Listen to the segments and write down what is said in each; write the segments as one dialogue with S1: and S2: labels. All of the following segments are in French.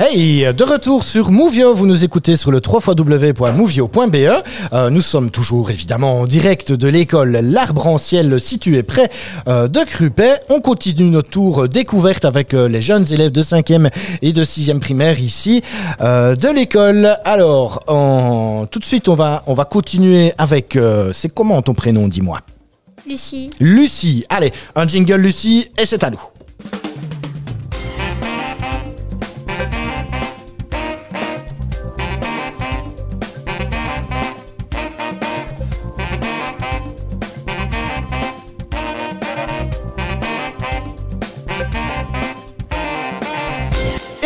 S1: Hey, de retour sur Mouvio, vous nous écoutez sur le www.mouvio.be. Euh, nous sommes toujours évidemment en direct de l'école L'Arbre en Ciel située près euh, de Crupet. On continue notre tour découverte avec euh, les jeunes élèves de 5e et de 6e primaire ici euh, de l'école. Alors, en- tout de suite, on va, on va continuer avec... euh, C'est comment ton prénom, dis-moi
S2: Lucie.
S1: Lucie. Allez, un jingle Lucie et c'est à nous.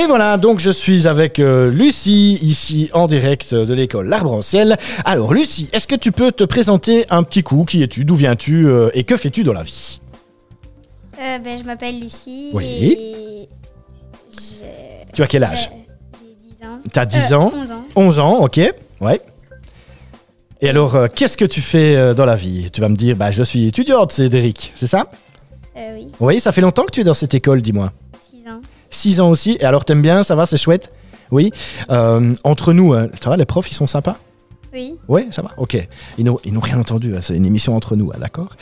S1: Et voilà, donc je suis avec euh, Lucie, ici en direct euh, de l'école L'Arbre en Ciel. Alors Lucie, est-ce que tu peux te présenter un petit coup Qui es-tu D'où viens-tu euh, Et que fais-tu dans la vie
S2: Euh, ben, je m'appelle Lucie.
S1: Oui.
S2: Et j'ai
S1: Tu as quel
S2: j'ai-
S1: âge
S2: j'ai 10 ans.
S1: T'as 10
S2: Euh,
S1: ans
S2: 11 ans.
S1: 11 ans, ok, ouais. Et alors, euh, qu'est-ce que tu fais euh, dans la vie Tu vas me dire, bah je suis étudiante, Cédric, c'est ça
S2: Euh, oui,
S1: Oui, ça fait longtemps que tu es dans cette école, dis-moi.
S2: 6 ans.
S1: 6 ans aussi, et alors t'aimes bien, ça va, c'est chouette Oui. Euh, entre nous, hein, ça va, les profs, ils sont sympas
S2: Oui.
S1: Ouais, ça va, ok. Ils n'ont, ils n'ont rien entendu, hein, c'est une émission entre nous, hein, d'accord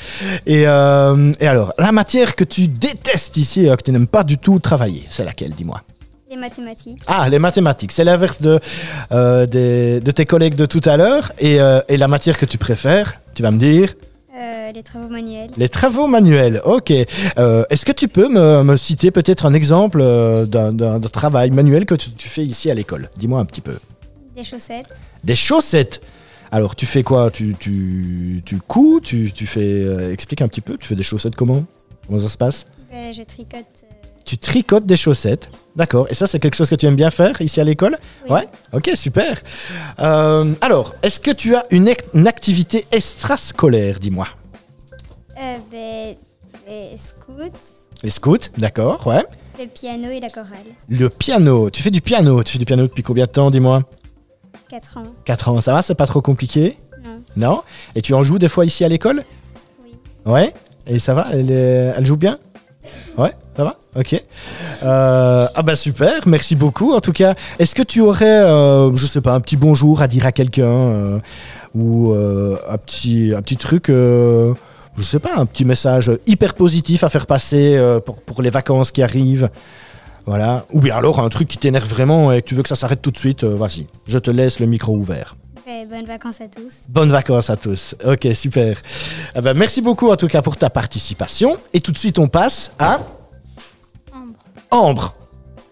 S1: et, euh, et alors, la matière que tu détestes ici, euh, que tu n'aimes pas du tout travailler, c'est laquelle, dis-moi
S2: Les mathématiques.
S1: Ah, les mathématiques, c'est l'inverse de, euh, des- de tes collègues de tout à l'heure. Et, euh, et la matière que tu préfères, tu vas me dire,
S2: Euh, les travaux manuels.
S1: les travaux manuels, ok. Euh, est-ce que tu peux me, me citer peut-être un exemple euh, d'un, d'un- d'un travail manuel que tu, tu fais ici à l'école Dis-moi un petit peu.
S2: Des chaussettes.
S1: Des chaussettes. Alors, tu fais quoi tu, tu, tu couds tu, tu fais. euh, explique un petit peu. Tu fais des chaussettes comment Comment ça se passe
S2: Ben, je tricote. euh,
S1: Tu tricotes des chaussettes. D'accord. Et ça, c'est quelque chose que tu aimes bien faire ici à l'école
S2: Oui.
S1: Ouais. Ok, super. Euh, alors, est-ce que tu as une, ac- une activité extrascolaire, dis-moi
S2: euh, ben, les scouts.
S1: Les scouts, d'accord, ouais.
S2: Le piano et la chorale.
S1: Le piano. Tu fais du piano. Tu fais du piano depuis combien de temps, dis-moi
S2: 4 ans.
S1: 4 ans, ça va C'est pas trop compliqué
S2: Non.
S1: Non Et tu en joues des fois ici à l'école
S2: Oui.
S1: Ouais. Et ça va elle, est- elle joue bien Ouais, ça va Ok. Euh, ah bah super, merci beaucoup en tout cas. Est-ce que tu aurais, euh, je sais pas, un petit bonjour à dire à quelqu'un euh, Ou euh, un, petit, un petit truc, euh, je sais pas, un petit message hyper positif à faire passer euh, pour, pour les vacances qui arrivent Voilà. Ou bien alors un truc qui t'énerve vraiment et que tu veux que ça s'arrête tout de suite, euh, vas-y, je te laisse le micro ouvert.
S2: Ben, bonnes vacances à tous.
S1: Bonnes vacances à tous. Ok, super. Eh ben, merci beaucoup en tout cas pour ta participation. Et tout de suite, on passe à
S2: Ambre.
S1: Ambre.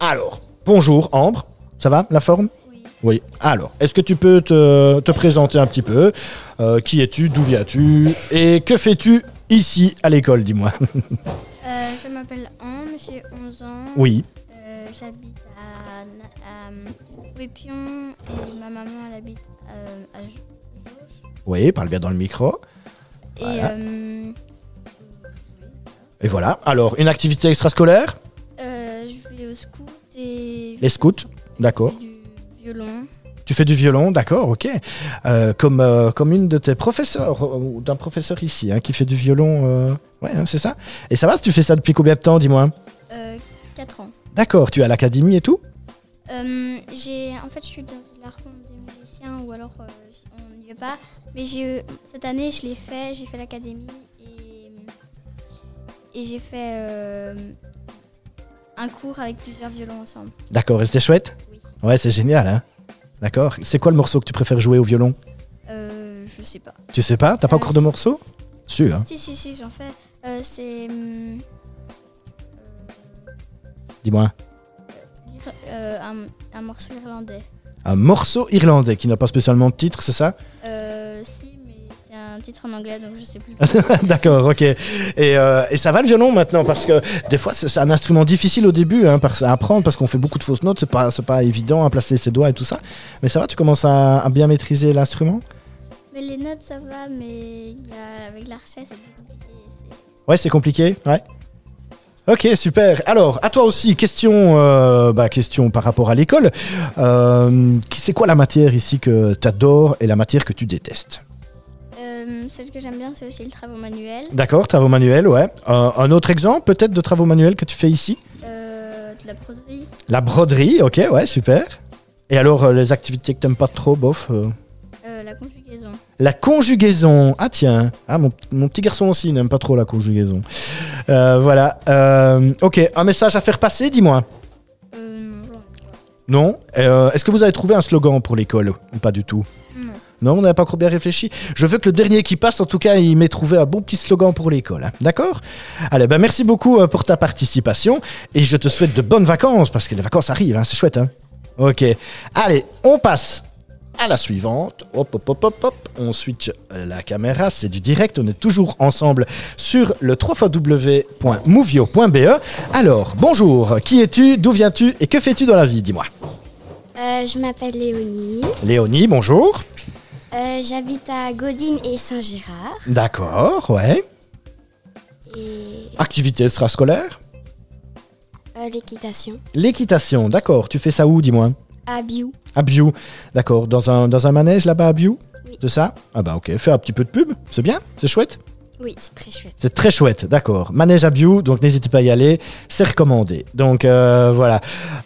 S1: Alors, bonjour Ambre. Ça va, la forme
S2: Oui.
S1: Oui. Alors, est-ce que tu peux te, te présenter un petit peu Euh, Qui es-tu D'où viens-tu Et que fais-tu ici à l'école, dis-moi
S3: Euh, je m'appelle Ambre, j'ai 11 ans.
S1: Oui.
S3: Euh, J'habite à, Na- à Wépion et ma maman elle habite euh, à Jou- Jouche.
S1: Oui, parle bien dans le micro.
S3: Et euh,
S1: Et voilà. Alors, une activité extrascolaire
S3: euh, je vais au scout et
S1: Les scouts.
S3: je
S1: D'accord.
S3: fais du violon.
S1: Tu fais du violon, d'accord, ok. Euh, comme, euh, comme une de tes professeurs, euh, ou d'un professeur ici, hein, qui fait du violon. euh, Ouais, hein, c'est ça. Et ça va, tu fais ça depuis combien de temps, dis-moi
S3: Euh, 4 ans.
S1: D'accord, tu es à l'académie et tout
S3: Euh, j'ai en fait je suis dans la ronde des musiciens ou alors euh, j- on n'y va pas mais j'ai cette année je l'ai fait j'ai fait l'académie et et j'ai fait euh, un cours avec plusieurs violons ensemble
S1: D'accord, et c'était chouette
S3: oui
S1: Ouais, c'est génial, hein D'accord. C'est quoi le morceau que tu préfères jouer au violon
S3: Euh, je sais pas
S1: Tu sais pas T'as pas
S3: Euh,
S1: encore de
S3: c'est-
S1: morceau Sûr, hein
S3: si si si j'en fais Euh, c'est hum,
S1: Dis-moi.
S3: euh, l'Ir- euh, un, un morceau irlandais
S1: Un morceau irlandais qui n'a pas spécialement de titre, c'est ça
S3: Euh, si mais c'est un titre en anglais donc je sais plus
S1: D'accord, ok. Et, euh, et ça va le violon maintenant Parce que des fois, c'est c'est un instrument difficile au début hein, parce- à apprendre parce qu'on fait beaucoup de fausses notes, c'est pas, c'est pas évident à placer ses doigts et tout ça. Mais ça va, tu commences à, à bien maîtriser l'instrument
S3: mais les notes ça va mais il y a- avec l'archet c'est plus compliqué c'est-
S1: Ouais, c'est compliqué, ouais. Ok, super. Alors, à toi aussi, question, euh, bah, question par rapport à l'école. Euh, qui- c'est quoi la matière ici que tu adores et la matière que tu détestes
S3: Euh, celle que j'aime bien, c'est aussi le travail manuel.
S1: Euh, D'accord, travaux manuels, ouais. Un- un autre exemple peut-être de travaux manuels que tu fais ici
S3: Euh, de la broderie.
S1: La broderie, ok, ouais, super. Et alors, euh, les activités que t'aimes pas trop, bof euh,
S3: Euh, la conjugaison.
S1: La conjugaison. Ah tiens, ah, mon, mon petit garçon aussi il n'aime pas trop la conjugaison. Euh, voilà. Euh, ok, un message à faire passer, dis-moi.
S3: Euh, non, genre,
S1: Non Euh, Est-ce que vous avez trouvé un slogan pour l'école Ou pas du tout
S3: non.
S1: Non, on n'a pas encore bien réfléchi. Je veux que le dernier qui passe, en tout cas, il m'ait trouvé un bon petit slogan pour l'école. hein. D'accord Allez, ben merci beaucoup euh, pour ta participation. Et je te souhaite de bonnes vacances, parce que les vacances arrivent, hein, c'est chouette. Hein ok. Allez, on passe à la suivante. Hop, hop, hop, hop, hop. On switch la caméra, c'est du direct. On est toujours ensemble sur le www.movio.be. Alors, bonjour. Qui es-tu D'où viens-tu Et que fais-tu dans la vie Dis-moi.
S4: Euh, je m'appelle Léonie,
S1: Léonie, bonjour.
S4: Euh, j'habite à Godine et Saint-Gérard
S1: D'accord, ouais.
S4: et
S1: Activité extrascolaire
S4: euh, l'équitation
S1: L'équitation, d'accord. Tu fais ça où, dis-moi
S4: à Biou.
S1: À Biou. D'accord. Dans un, dans un manège là-bas à Biou
S4: Oui.
S1: C'est ça Ah bah ok. Fais un petit peu de pub. C'est bien C'est chouette
S4: Oui, c'est très chouette.
S1: C'est très chouette, d'accord. Manège à Biou, donc n'hésitez pas à y aller. C'est recommandé. Donc euh, voilà.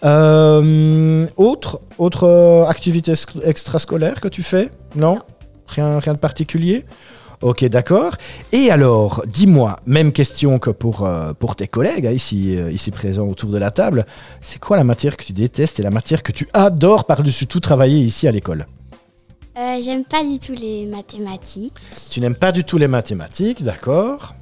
S1: Euh, autre autre euh, activité sc- extrascolaire que tu fais non, Rien, rien de particulier Ok, d'accord. Et alors, dis-moi, même question que pour, euh, pour tes collègues hein, ici, euh, ici présents autour de la table, c'est quoi la matière que tu détestes et la matière que tu adores par-dessus tout travailler ici à l'école
S4: Euh, j'aime pas du tout les mathématiques
S1: Tu n'aimes pas du tout les mathématiques, d'accord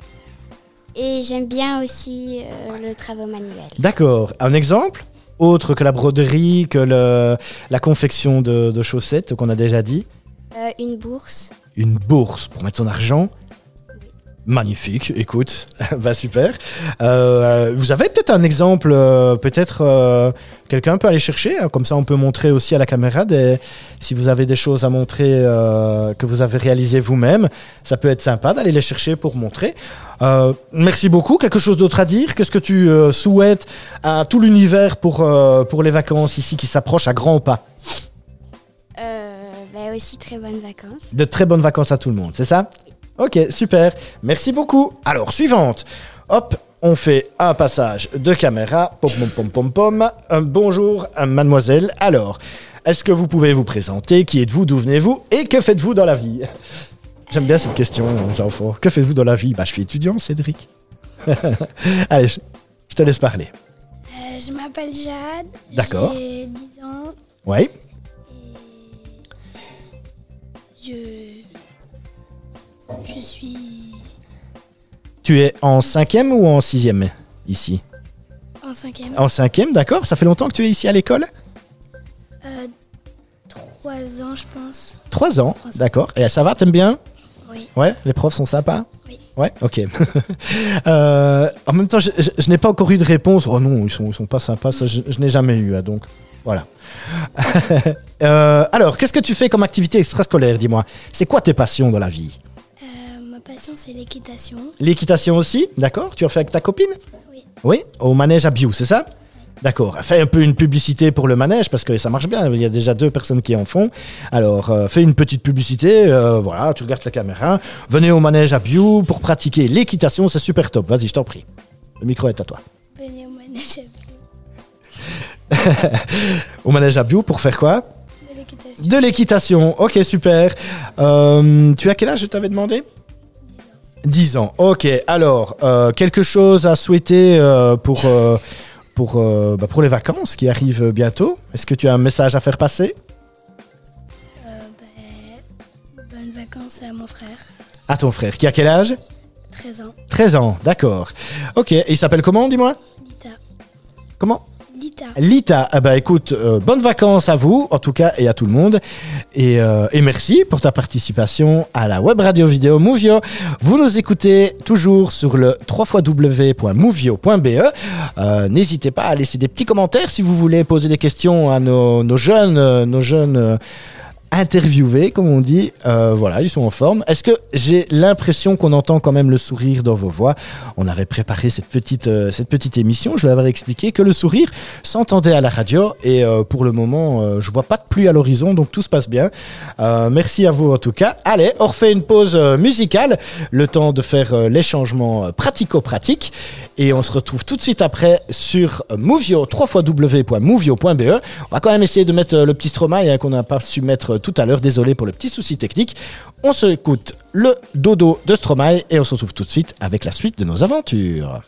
S4: et j'aime bien aussi euh, le travail manuel.
S1: D'accord. Un exemple Autre que la broderie, que le- la confection de, de chaussettes qu'on a déjà dit.
S4: Euh, une bourse,
S1: Une bourse pour mettre son argent. Magnifique, écoute, bah super. Euh, vous avez peut-être un exemple, euh, peut-être euh, quelqu'un peut aller chercher, hein, comme ça on peut montrer aussi à la caméra des- si vous avez des choses à montrer euh, que vous avez réalisées vous-même, ça peut être sympa d'aller les chercher pour montrer. Euh, merci beaucoup, quelque chose d'autre à dire Qu'est-ce que tu euh, souhaites à tout l'univers pour, euh, pour les vacances ici qui s'approchent à grands pas
S4: euh, bah aussi très bonnes vacances.
S1: De très bonnes vacances à tout le monde, c'est ça Ok, super. Merci beaucoup. Alors, suivante. Hop, on fait un passage de caméra. Pom, pom, pom, pom, pom. Un bonjour, euh, mademoiselle. Alors, est-ce que vous pouvez vous présenter Qui êtes-vous D'où venez-vous Et que faites-vous dans la vie J'aime bien cette question, les enfants. Que faites-vous dans la vie Bah, je suis étudiant, Cédric. Allez, je je te laisse parler.
S5: Euh, je m'appelle Jade.
S1: D'accord.
S5: J'ai 10 ans
S1: Oui
S5: et je, je suis
S1: Tu es en cinquième ou en sixième ici
S5: en cinquième.
S1: En cinquième, d'accord. Ça fait longtemps que tu es ici à l'école
S5: Euh, 3 ans, je pense.
S1: Trois ans,
S5: Trois ans.
S1: d'accord. Et ça va, t'aimes bien
S5: Oui.
S1: Ouais, les profs sont sympas
S5: Oui.
S1: Ouais, ok. Euh, en même temps, je, je- je n'ai pas encore eu de réponse. Oh non, ils sont, ils sont pas sympas, ça, je, je n'ai jamais eu, hein, donc voilà. Euh, alors, qu'est-ce que tu fais comme activité extrascolaire, dis-moi C'est quoi tes passions dans la vie
S5: Euh, ma passion, c'est l'équitation.
S1: L'équitation aussi, d'accord Tu en fais avec ta copine
S5: Oui.
S1: Oui, au manège à Biou, c'est ça D'accord, Ah, fais un peu une publicité pour le manège parce que ça marche bien, il y a déjà deux personnes qui en font. Alors euh, fais une petite publicité, euh, voilà, tu regardes la caméra, venez au manège à Biou pour pratiquer l'équitation, c'est super top, vas-y, je t'en prie. Le micro est à toi.
S5: Venez au manège avec
S1: Au manège à Biou pour faire quoi
S5: nous. de l'équitation.
S1: De l'équitation, ok, super. Euh, tu as quel âge, je t'avais demandé 10 ans, ok. Alors, euh, quelque chose à souhaiter euh, pour, euh, pour, euh, bah, pour les vacances qui arrivent bientôt Est-ce que tu as un message à faire passer
S5: Euh, bah, bonnes vacances à mon frère,
S1: À ton frère, qui a quel âge
S5: 13 ans.
S1: 13 ans, d'accord. Ok, et il s'appelle comment, dis-moi
S5: Lita.
S1: Comment
S5: Lita.
S1: Lita, ah bah écoute, euh, bonnes vacances à vous, en tout cas, et à tout le monde. Et, euh, et merci pour ta participation à la web radio vidéo Movio. Vous nous écoutez toujours sur le www.movio.be. Euh, N'hésitez pas à laisser des petits commentaires si vous voulez poser des questions à nos, nos jeunes, euh, nos jeunes euh, interviewés, comme on dit. Euh, voilà, ils sont en forme. Est-ce que j'ai l'impression qu'on entend quand même le sourire dans vos voix On avait préparé cette petite, euh, cette petite émission, je leur avais expliqué que le sourire s'entendait à la radio et euh, pour le moment, euh, je vois pas de pluie à l'horizon, donc tout se passe bien. Euh, merci à vous en tout cas. Allez, on refait une pause euh, musicale, le temps de faire euh, les changements euh, pratico-pratiques et on se retrouve tout de suite après sur euh, Movio, 3 www.movio.be. E. On va quand même essayer de mettre euh, le petit Stromae hein, qu'on n'a pas su mettre euh, tout à l'heure. Désolé pour le petit souci technique. On se écoute le dodo de Stromae et on se retrouve tout de suite avec la suite de nos aventures.